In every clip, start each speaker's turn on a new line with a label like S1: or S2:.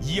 S1: 以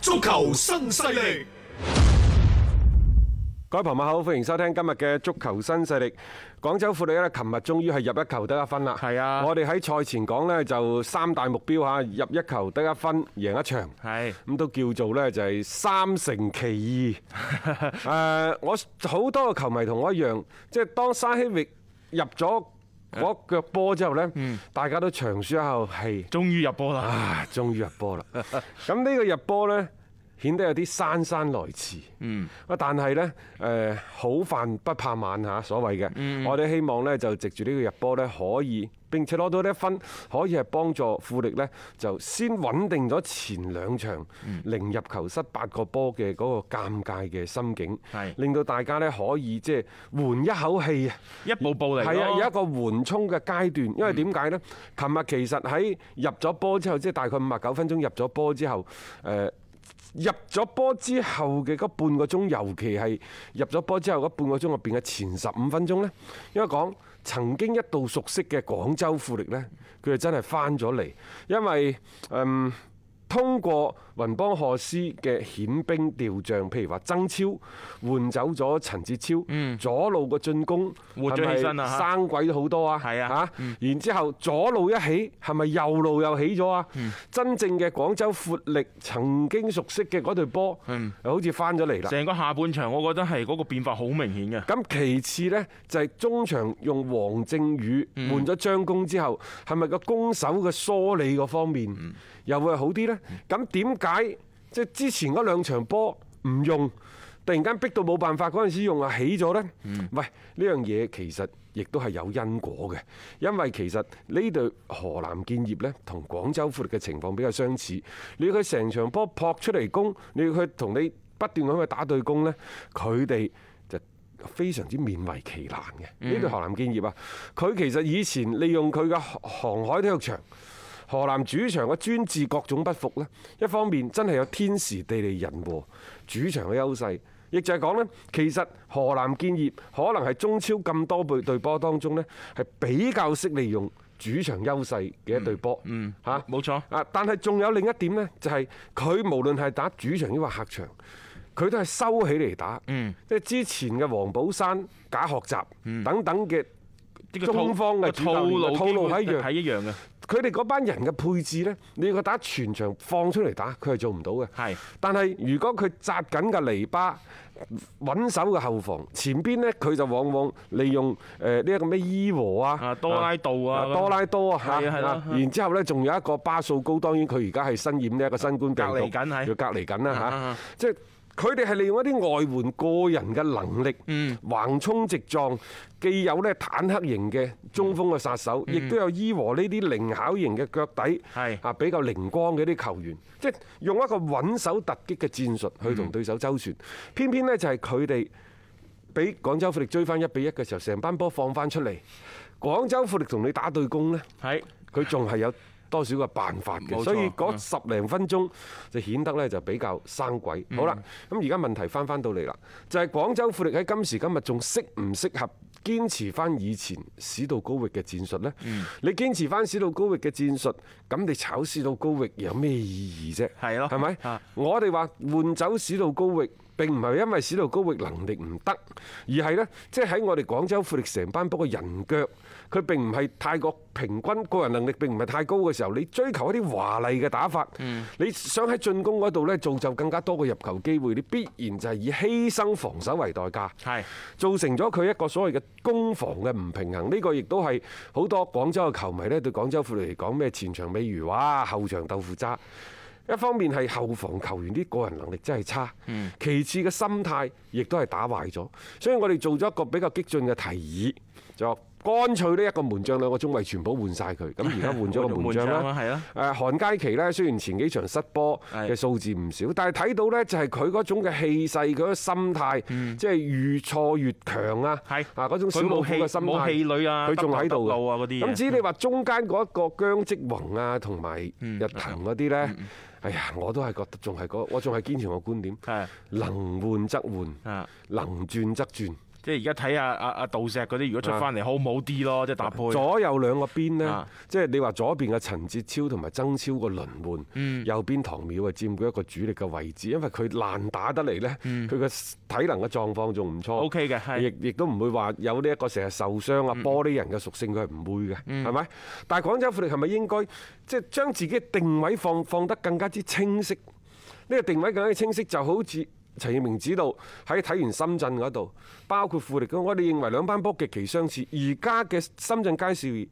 S1: 足球新勢力，
S2: 各位朋友好，歡迎收聽今日嘅足球新勢力。廣州富力咧，琴日終於係入一球得一分啦。係啊，我哋喺賽前講呢，就三大目標嚇，入一球得一分，贏一場。 係，咁都叫做呢，就係三成其二。誒，我好多個球迷同我一樣，即係當沙希域入咗嗰腳波之後呢，大家都長舒一口氣。
S3: 終於入波啦！
S2: 啊，終於入波啦！ 咁呢個入波呢，顯得有啲姍姍來遲。嗯。但係呢，誒好飯不怕晚嚇，所謂嘅。我哋希望呢，就藉住呢個入波呢，可以並且攞到呢一分，可以係幫助富力呢，就先穩定咗前兩場零入球失八個波嘅嗰個尷尬嘅心境
S3: 係，
S2: 令到大家呢，可以即係緩一口氣啊！
S3: 一步步嚟咯嗯
S2: 係啊，有一個緩衝嘅階段，因為點解呢？琴日其實喺入咗波之後，即係大概五十九分鐘入咗波之後，誒。入咗波之後嘅嗰半個鐘，尤其係入咗波之後嗰半個鐘入邊嘅前十五分鐘呢，因為講曾經一度熟悉嘅廣州富力呢，佢哋真係翻咗嚟，因為嗯。通過雲邦賀斯嘅遣兵調將，譬如話曾超換走咗陳哲超，左路嘅進攻
S3: 嗯活咗起身啦啊
S2: 係咪
S3: 嚇
S2: 生鬼咗好多啊！
S3: 係啊
S2: 嚇然之後左路一起，係咪右路又起咗啊？
S3: 嗯
S2: 真正嘅廣州闊力曾經熟悉嘅嗰隊波，
S3: 嗯
S2: 好似翻咗嚟啦。
S3: 成個下半場，我覺得係嗰個變化好明顯嘅。
S2: 咁其次呢，就係中場用黃正宇換咗張公之後，係咪個攻守嘅梳理嗰方面又會好啲呢？咁點解即係之前嗰兩場波唔用，突然間逼到冇辦法嗰陣時用啊起咗呢？喂，呢樣嘢其實亦都係有因果嘅，因為其實呢隊河南建業呢，同廣州富力嘅情況比較相似，你要佢成場波撲出嚟攻，你要佢同你不斷咁去打對攻呢，佢哋就非常之勉為其難嘅。呢隊河南建業啊，佢其實以前利用佢嘅航海體育場。河南主場嘅專治各種不服呢，一方面真係有天時地利人和主場嘅優勢，亦就係講呢，其實河南建業可能係中超咁多隊隊波當中呢，係比較識利用主場優勢嘅一隊波，
S3: 嗯，
S2: 嚇
S3: 冇錯
S2: 啊！但係仲有另一點呢，就係佢無論係打主場抑或客場，佢都係收起嚟打。
S3: 嗯，
S2: 即係之前嘅黃寶山假學習等等嘅，
S3: 呢個
S2: 中方嘅主
S3: 套
S2: 教練
S3: 路
S2: 嘅套路係一樣
S3: 基本係一樣嘅，
S2: 佢哋嗰班人嘅配置呢，你要佢打全場放出嚟打，佢係做唔到嘅。
S3: 係
S2: 但係如果佢紮緊嘅籬笆，穩守嘅後防，前邊呢，佢就往往利用誒呢一個咩伊和啊
S3: 啊、多拉道啊
S2: 多拉多啊
S3: 係啊係
S2: 嚇，
S3: 啦
S2: 啊然之後呢，仲有一個巴素高，當然佢而家係身染呢一個新冠病毒，
S3: 隔離緊係
S2: 要隔離緊
S3: 啊
S2: 啦
S3: 啊
S2: 嚇，即係。佢哋係利用一啲外援個人嘅能力，
S3: 嗯
S2: 橫衝直撞，既有咧坦克型嘅中鋒嘅殺手，亦都有伊和呢啲靈巧型嘅腳底，
S3: 嗯係
S2: 啊比較靈光嘅啲球員，即係用一個穩守突擊嘅戰術
S3: 嗯
S2: 去同對手周旋。偏偏呢，就係佢哋俾廣州富力追翻一比一嘅時候，成班波放翻出嚟，廣州富力同你打對攻呢，
S3: 係
S2: 佢仲係有。多少嘅辦法嘅，
S3: 冇錯嗯
S2: 所以嗰十零分鐘就顯得呢就比較生鬼。
S3: 嗯
S2: 好啦，咁而家問題翻翻到嚟啦，就係廣州富力喺今時今日仲適唔適合堅持翻以前史道高域嘅戰術呢？
S3: 嗯
S2: 你堅持翻史道高域嘅戰術，咁你炒史道高域有咩意義啫？
S3: 係咯
S2: 係咪
S3: 啊？
S2: 我哋話換走史道高域並唔係因為史度高域能力唔得，而係呢，即係喺我哋廣州富力成班波嘅人腳，佢並唔係太過平均，個人能力並唔係太高嘅時候，你追求一啲華麗嘅打法，你想喺進攻嗰度呢造就更加多嘅入球機會，你必然就係以犧牲防守為代價，
S3: 係
S2: 造成咗佢一個所謂嘅攻防嘅唔平衡。呢個亦都係好多廣州嘅球迷呢對廣州富力嚟講咩前場美如畫，後場豆腐渣。一方面係後防球員啲個人能力真係差，
S3: 嗯
S2: 其次嘅心態亦都係打壞咗，所以我哋做咗一個比較激進嘅提議，就乾脆呢一個門將兩個中衞全部換晒佢，咁而家換咗個門將
S3: 換咗門將啦係
S2: 啦
S3: 啊，
S2: 誒韓佳琪呢，雖然前幾場失波嘅
S3: 係
S2: 數字唔少，但係睇到呢就係佢嗰種嘅氣勢、嗰種心態，即係越挫越強啊！
S3: 嗯係
S2: 啊嗰種小老
S3: 佢冇
S2: 虎
S3: 氣
S2: 嘅心態，
S3: 冇氣餒啊
S2: 佢仲喺度
S3: 得路啊嗰啲嘢
S2: 咁至於你話中間嗰一個姜積宏啊，同埋
S3: 嗯
S2: 日騰嗰啲呢，哎呀，我都係覺得仲係嗰，我仲係堅持我觀點
S3: 係，
S2: 能換則換
S3: 啊，
S2: 能轉則轉。
S3: 即係而家睇下阿阿杜石嗰啲，如果出翻嚟好唔好啲咯，即係搭配。
S2: 啊左右兩個邊呢
S3: 啊，
S2: 即係你話左邊嘅陳哲超同埋曾超個輪
S3: 嗯
S2: 換，右邊唐淼啊佔據一個主力嘅位置，因為佢爛打得嚟呢，佢嘅體能嘅狀況仲唔錯
S3: 嗯 OK 嘅係嗯
S2: 亦亦都唔會話有呢一個成日受傷啊、玻璃人嘅屬性，佢係唔會嘅，係咪？但係廣州富力係咪應該即係將自己嘅定位放放得更加之清晰？呢個定位更加清晰，就好似陳耀明指導喺睇完深圳嗰度，包括富力咁，我哋認為兩班波極其相似。而家嘅深圳佳兆業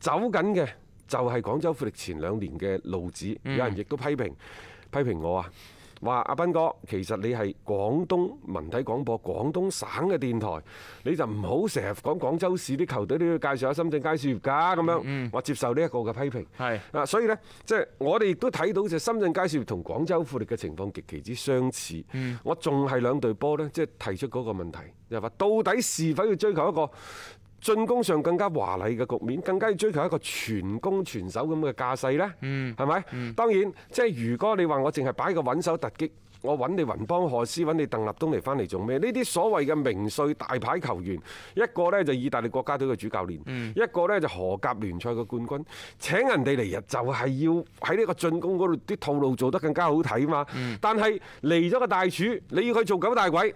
S2: 走緊嘅就係廣州富力前兩年嘅路子，有人亦都批評批評我啊。話阿斌哥，其實你係廣東文體廣播、廣東省嘅電台，你就唔好成日講廣州市啲球隊，你要介紹下深圳佳兆業㗎咁樣。我接受呢一個嘅批評。
S3: 係
S2: 啊，所以呢，即係我哋亦都睇到就深圳佳兆業同廣州富力嘅情況極其之相似。嗯我仲係兩隊波呢，即係提出嗰個問題，就係話到底是否要追求一個進攻上更加華麗嘅局面，更加要追求一個全攻全守咁嘅架勢呢？係咪？當然，即係如果你話我淨係擺個穩守突擊。我揾你雲邦賀斯，揾你鄧立東嚟翻嚟做咩？呢啲所謂嘅名帥大牌球員，一個呢就意大利國家隊嘅主教練，
S3: 嗯
S2: 一個呢就荷甲聯賽嘅冠軍，請人哋嚟日就係要喺呢個進攻嗰度啲套路做得更加好睇嘛。
S3: 嗯
S2: 但係嚟咗個大廚，你要佢做九大鬼，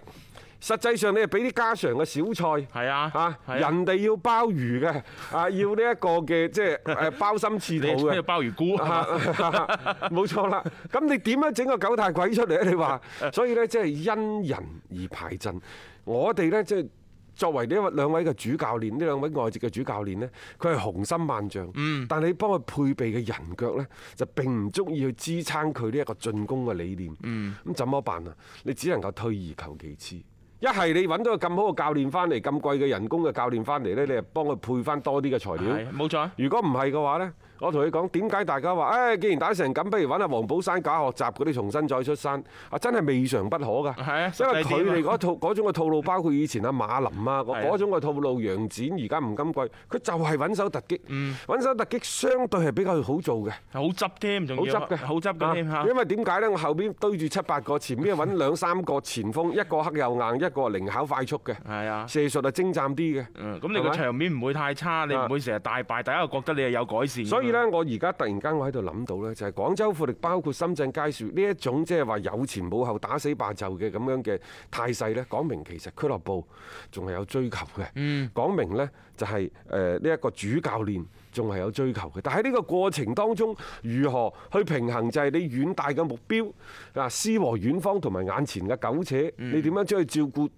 S2: 實際上你係俾啲家常嘅小菜。
S3: 係啊，
S2: 啊！
S3: 係啊
S2: 人哋要鮑魚嘅，啊要呢一個嘅即係誒鮑參翅
S3: 你
S2: 肚
S3: 咩
S2: 嘅。
S3: 鮑魚菇係嘛
S2: 啊 冇錯啦。咁你點樣整個九大鬼出嚟咧？你 話，所以呢，即係因人而排陣。我哋呢，即係作為呢兩位嘅主教練，呢兩位外籍嘅主教練呢，佢係雄心萬丈，
S3: 嗯
S2: 但係你幫佢配備嘅人腳呢，就並唔足以去支撐佢呢一個進攻嘅理念。
S3: 嗯
S2: 咁怎麼辦啊？你只能夠退而求其次。一係你揾到個咁好嘅教練翻嚟，咁貴嘅人工嘅教練翻嚟呢，你係幫佢配翻多啲嘅材料。
S3: 係冇錯。啊
S2: 如果唔係嘅話呢，我同你講點解大家話，誒、哎既然打成咁，不如揾阿黃寶山假學習嗰啲重新再出山，啊真係未嘗不可㗎。
S3: 係啊
S2: 因為
S3: 實際啲啊嘛
S2: 佢哋嗰套嗰種嘅套路，包括以前阿馬林啊，嗰
S3: 係啊
S2: 嗰種嘅套路，楊展而家吳金貴，佢就係揾手突擊，
S3: 嗯
S2: 揾手突擊相對係比較好做嘅。
S3: 好執添，仲
S2: 好
S3: 要
S2: 執嘅，
S3: 好執嘅添
S2: 啊
S3: 嚇。
S2: 因為點解呢？我後邊堆住七八個，前邊揾兩三個前鋒，一個黑又硬，一個靈巧快速嘅，
S3: 係啊
S2: 射術啊精湛啲嘅。
S3: 嗯咁你個
S2: 係咪啊
S3: 場面唔會太差，你唔會成日大敗，大家又覺得你係有改善。
S2: 所以，呢，我而家突然間我喺度諗到呢，就係廣州富力包括深圳佳兆呢一種即係話有前冇後打死霸就嘅咁樣嘅態勢呢，講明其實俱樂部仲係有追求嘅。
S3: 嗯
S2: 講明呢，就係誒呢一個主教練仲係有追求嘅。但喺呢個過程當中，如何去平衡就係你遠大嘅目標啊，詩和遠方同埋眼前嘅苟且，你點樣將佢照顧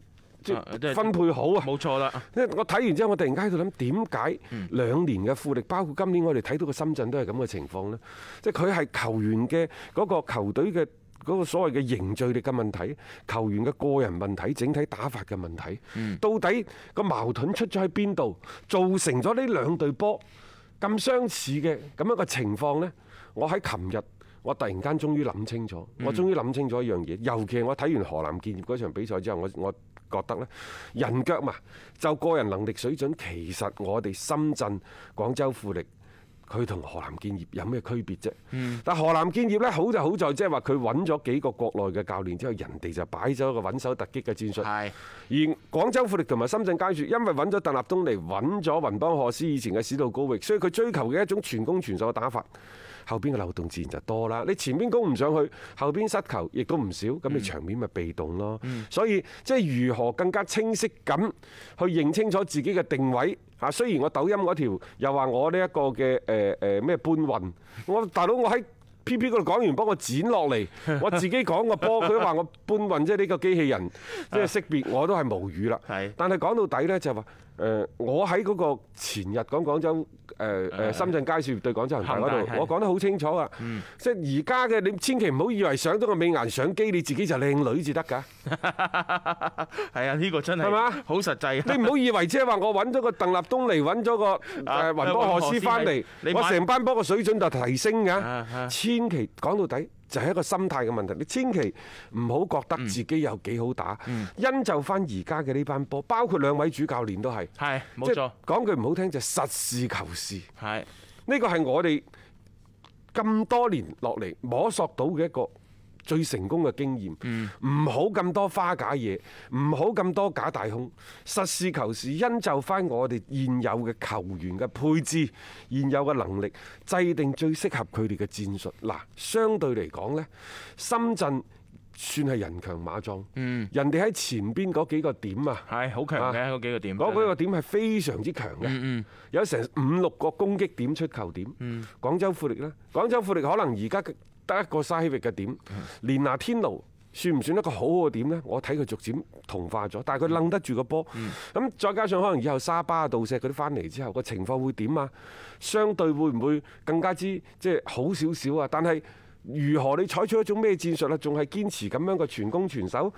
S2: 即
S3: 嗯啊即係
S2: 分配好啊？
S3: 冇錯啦，
S2: 因為我睇完之後，我突然間喺度諗點解兩年嘅富力，包括今年我哋睇到嘅深圳都係咁嘅情況呢？即係佢係球員嘅嗰個球隊嘅嗰個所謂嘅凝聚力嘅問題，球員嘅個人問題，整體打法嘅問題，到底個矛盾出咗喺邊度，造成咗呢兩隊波咁相似嘅咁樣嘅情況呢？我喺琴日。我突然間終於諗清楚，我終於諗清楚一樣嘢，尤其係我睇完河南建業嗰場比賽之後，我我覺得呢人腳嘛，就個人能力水準，其實我哋深圳、廣州富力。佢同河南建業有咩區別啫？但河南建業呢，好就好在，即係話佢揾咗幾個國內嘅教練之後，人哋就擺咗一個穩守突擊嘅戰術。
S3: 係
S2: 而廣州富力同埋深圳佳兆，因為揾咗鄧立東嚟，揾咗雲邦賀斯以前嘅史度高域，所以佢追求嘅一種全攻全守嘅打法，後邊嘅漏洞自然就多啦。你前邊攻唔上去，後邊失球亦都唔少，咁你場面咪被動咯。所以即係如何更加清晰咁去認清楚自己嘅定位。啊，雖然我抖音嗰條又話我呢一個嘅誒誒咩搬運，我大佬我喺 P P 嗰度講完，幫我剪落嚟，我自己講個波，佢都話我搬運即係呢個機器人，即係識別，我都係無語啦
S3: 係。
S2: 但係講到底呢，就係話誒，我喺嗰個前日講廣州誒誒深圳佳兆業對廣州恒大嗰
S3: 恒
S2: 度
S3: 大，係
S2: 我講得好清楚啊。即係而家嘅你千祈唔好以為上到個美顏相機，你自己就靚女至得㗎。
S3: 係啊，呢個真
S2: 係
S3: 係
S2: 嘛
S3: 好實 際
S2: 你
S3: 啊。
S2: 唔好以為即係話我揾咗個鄧立東嚟，揾咗個
S3: 啊
S2: 誒雲波何斯翻嚟
S3: 你，買
S2: 我成班波個水準就提升
S3: 啊啊
S2: 㗎。千祈講到底就係一個心態嘅問題，你千祈唔好覺得
S3: 嗯
S2: 自己有幾好打，因就翻而家嘅呢班波，包括兩位主教練都係。
S3: 係冇
S2: 即係
S3: 錯，
S2: 講句唔好聽就實事求是。
S3: 係
S2: 呢個係我哋咁多年落嚟摸索到嘅一個最成功嘅經驗。唔好咁多花假嘢，唔好咁多假大空，實事求是，因就翻我哋現有嘅球員嘅配置、現有嘅能力，制定最適合佢哋嘅戰術。嗱，相對嚟講呢，深圳。算係人強馬壯，人哋喺前邊嗰幾個點啊，
S3: 係好強嘅嗰幾個點。
S2: 嗰幾個點係非常之強嘅，有成五六個攻擊點出球點。廣州富力呢，廣州富力可能而家得一個西域嘅點，連拿天奴。算唔算一個好嘅點呢？我睇佢逐漸同化咗，但係佢楞得住個波。咁再加上可能以後沙巴、杜石嗰啲翻嚟之後，個情況會點啊？相對會唔會更加之即係好少少啊？但係如何你採取一種咩戰術啦？仲係堅持咁樣嘅全攻全守，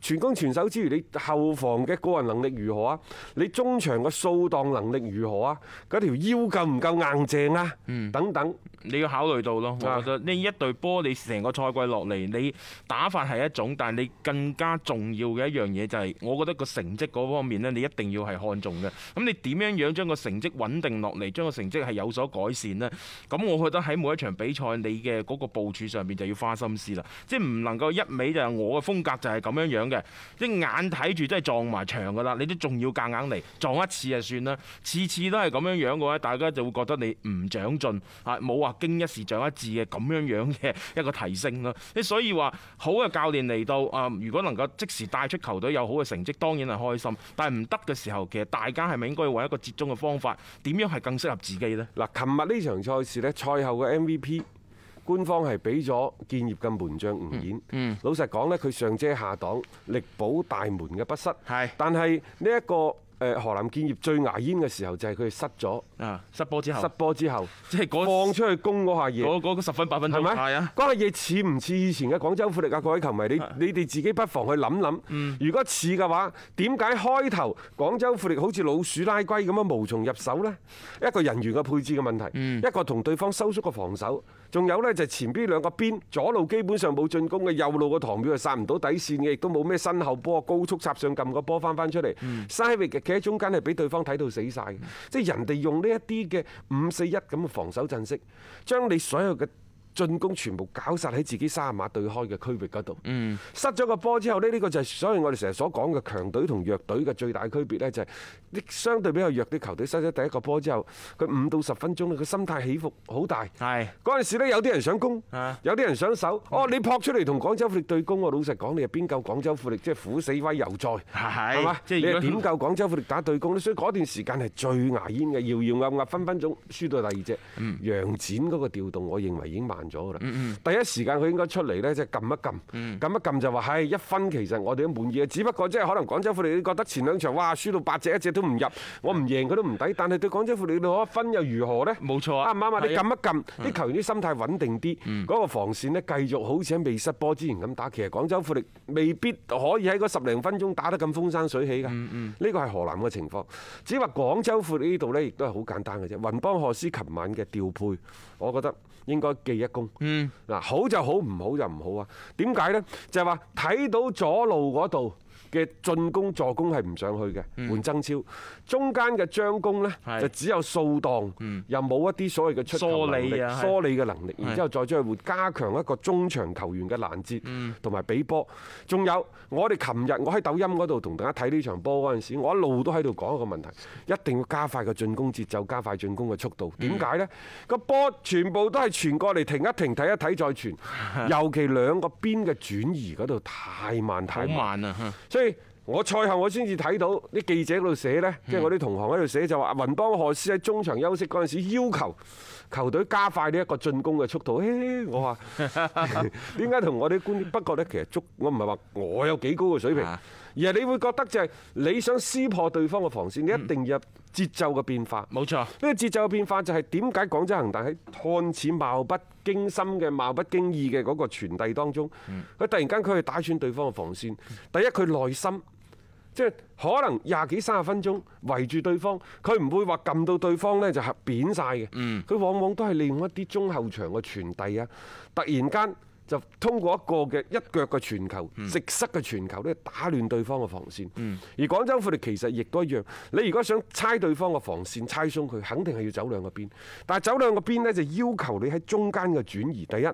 S2: 全攻全守之餘，你後防嘅個人能力如何啊？你中場嘅掃蕩能力如何啊？嗰條腰夠唔夠硬淨啊？等等，
S3: 你要考慮到咯，
S2: 啊
S3: 我覺得呢一隊波你成個賽季落嚟，你打法係一種，但係你更加重要嘅一樣嘢就係，我覺得個成績嗰方面呢，你一定要係看重嘅。咁你點樣樣將個成績穩定落嚟，將個成績係有所改善呢？咁我覺得喺每一場比賽，你嘅嗰個部署上面就要花心思啦，即係唔能夠一味就係我嘅風格就係咁樣樣嘅，即係眼睇住真係撞埋牆㗎啦，你都仲要夾硬嚟撞一次就算啦，次次都係咁樣樣嘅話，大家就會覺得你唔長進啊，冇話經一事長一智嘅咁樣樣嘅一個提升咯。 你所以話好嘅教練嚟到啊，如果能夠即時帶出球隊有好嘅成績，當然係開心。但係唔得嘅時候，其實大家係咪應該揾一個折中嘅方法？點樣係更適合自己呢？
S2: 嗱，琴日呢場賽事呢，賽後嘅 MVP 官方係俾咗建業嘅門將吳演。老實講呢，佢上遮下擋，力保大門嘅不失。
S3: 係
S2: 但係呢一個誒河南建業最牙煙嘅時候就係佢哋失咗
S3: 啊，失波之後
S2: 失，波之後，
S3: 即係嗰
S2: 放出去攻嗰下嘢。
S3: 嗰嗰十分八分鐘
S2: 係咪？
S3: 係啊。
S2: 嗰下嘢似唔似以前嘅廣州富力啊？各位球迷，你你哋自己不妨去諗諗。如果似嘅話，點解開頭廣州富力好似老鼠拉龜咁樣無從入手呢？一個人員嘅配置嘅問題，一個同對方收縮嘅防守，仲有呢，就前邊兩個邊左路基本上冇進攻嘅，右路個唐淼係殺唔到底線嘅，亦都冇咩身後波高速插上撳個波翻翻出嚟。西域嘅企喺中間係俾對方睇到死晒嘅，即係人哋用呢一啲嘅五四一咁嘅防守陣式，將你所有嘅。進攻全部搞殺喺自己三十碼對開嘅區域嗰度。嗯，失咗個波之後呢，呢個就係所以我哋成日所講嘅強隊同弱隊嘅最大區別呢，就係啲相對比較弱啲球隊失咗第一個波之後，佢五到十分鐘咧，佢心態起伏好大。
S3: 係
S2: 嗰陣時咧，有啲人想攻
S3: 啊，
S2: 有啲人想守。哦，你撲出嚟同廣州富力對攻，我老實講，你係邊夠廣州富力即係虎死威猶在，
S3: 係
S2: 嘛？
S3: 即
S2: 你
S3: 係如
S2: 係
S3: 果
S2: 點夠廣州富力打對攻咧？所以嗰段時間係最牙煙嘅，搖搖噏噏，分分鐘輸到第二隻。
S3: 嗯
S2: 楊展嗰個調動，我認為已經慢咗㗎啦。第一時間佢應該出嚟呢，即係撳一
S3: 嗯
S2: 撳，撳一撳就話係一分，其實我哋都滿意嘅。只不過即係可能廣州富力，你覺得前兩場哇輸到八隻一隻都唔入，我唔贏佢都唔抵，但係對廣州富力你攞一分又如何呢？
S3: 冇錯啊
S2: 啱唔啱啊？你
S3: 係啊
S2: 撳一撳，啲球員啲心態穩定啲，嗰個防線呢，繼續好似喺未失波之前咁打。其實廣州富力未必可以喺嗰十零分鐘打得咁風生水起㗎。呢個係河南嘅情況。只話廣州富力呢度呢，亦都係好簡單嘅啫。雲邦賀斯琴晚嘅調配，我覺得應該記一功。嗱，好就好，唔好就唔好啊。點解呢？就係話睇到左路嗰度。嘅進攻助攻係唔上去嘅，換曾超中間嘅張工呢，
S3: 係
S2: 就只有掃蕩，又冇一啲所謂嘅出球能
S3: 梳
S2: 力
S3: 理啊、係
S2: 梳理嘅能力，
S3: 係
S2: 然之後再將佢換加強一個中場球員嘅攔截
S3: 嗯
S2: 同埋俾波。仲有我哋琴日我喺抖音嗰度同大家睇呢場波嗰陣時，我一路都喺度講一個問題，一定要加快個進攻節奏，加快進攻嘅速度。
S3: 嗯
S2: 點解呢？個波全部都係傳過嚟，停一停，睇一睇再傳， 尤其兩個邊嘅轉移嗰度太慢
S3: 好
S2: 太慢。
S3: 慢啊！嚇
S2: 所以我賽後我先至睇到啲記者嗰度寫呢，即係我啲同行喺度寫就話雲邦何斯喺中場休息嗰陣時要求球隊加快呢一個進攻嘅速度。嘿我話點解同我啲觀點？不過呢，其實足我唔係話我有幾高嘅水平，
S3: 啊
S2: 而係你會覺得就係你想撕破對方嘅防線，你一定要有節奏嘅變化。
S3: 冇錯。
S2: 呢個節奏嘅變化就係點解廣州恒大喺看似貌不經心嘅、貌不經意嘅嗰個傳遞當中，佢突然間佢去打穿對方嘅防線。第一，佢耐心，即係可能廿幾三十分鐘圍住對方，佢唔會話撳到對方呢就係扁晒嘅。佢往往都係利用一啲中後場嘅傳遞啊，突然間。就通過一個嘅一腳嘅傳球、直塞嘅傳球咧，打亂對方嘅防線。而廣州富力其實亦都一樣，你如果想猜對方嘅防線，猜鬆佢，肯定係要走兩個邊。但係走兩個邊呢，就要求你喺中間嘅轉移，第一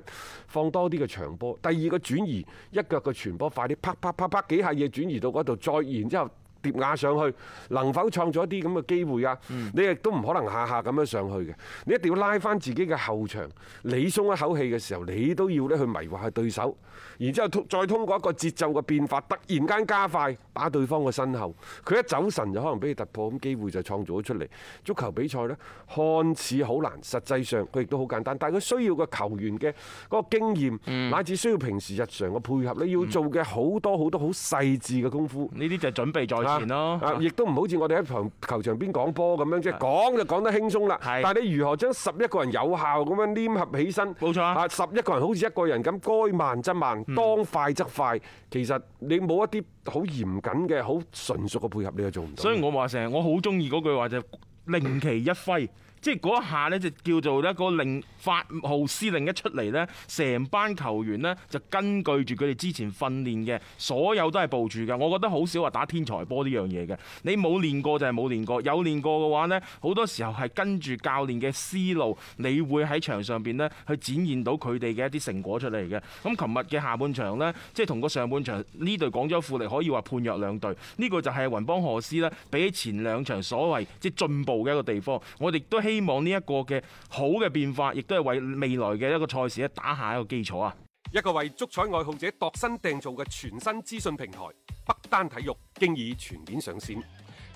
S2: 放多啲嘅長波，第二個轉移一腳嘅傳波快啲，啪啪啪啪幾下嘢轉移到嗰度，再然之後。疊壓上去，能否創造一啲咁嘅機會啊？你亦都唔可能下下咁樣上去嘅，你一定要拉翻自己嘅後場，你鬆一口氣嘅時候，你都要咧去迷惑下對手，然之後通再通過一個節奏嘅變化，突然間加快打對方嘅身後，佢一走神就可能俾你突破，咁機會就創造咗出嚟。足球比賽呢，看似好難，實際上佢亦都好簡單，但係佢需要個球員嘅嗰個經驗，乃至需要平時日常嘅配合，你要做嘅好多好多好細緻嘅功夫。
S3: 呢啲就係準備在前咯。啊
S2: 啊亦都唔好似我哋喺球球場邊講波咁樣，即係講就講得輕鬆啦。
S3: 係
S2: 但係你如何將十一個人有效咁樣黏合起身？
S3: 冇錯啊嗯
S2: 啊，十一個人好似一個人咁，該慢則慢，當快則快。其實你冇一啲好嚴謹嘅、好純熟嘅配合，你就做唔到。
S3: 所以我話成日我好中意嗰句話就係令其一揮，即係嗰一下呢，就叫做呢嗰個令發號施令一出嚟呢，成班球員呢，就根據住佢哋之前訓練嘅，所有都係部署嘅。我覺得好少話打天才波呢樣嘢嘅，你冇練過就係冇練過，有練過嘅話呢，好多時候係跟住教練嘅思路，你會喺場上邊呢，去展現到佢哋嘅一啲成果出嚟嘅。咁琴日嘅下半場呢，即係同個上半場呢隊廣州富力可以話判若兩隊，呢個就係雲邦何斯呢，比起前兩場所謂即係進步嘅一個地方。我哋都希望呢一個嘅好嘅變化，亦都係為未來嘅一個賽事咧打下一個基礎啊！
S2: 一個為足彩愛好者度身訂造嘅全新資訊平台北單體育，經已全面上線。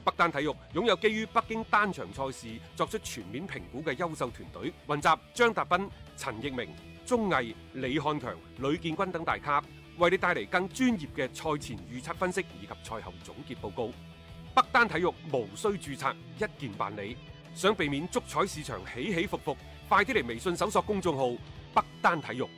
S2: 北單體育擁有基於北京單場賽事作出全面評估嘅優秀團隊，雲集張達斌、陳奕明、鐘毅、李漢強、呂建軍等大咖，為你帶嚟更專業嘅賽前預測分析以及賽後總結報告。北單體育無需註冊，一鍵辦理。想避免足彩市場起起伏伏，快啲嚟微信搜索公眾號北單體育。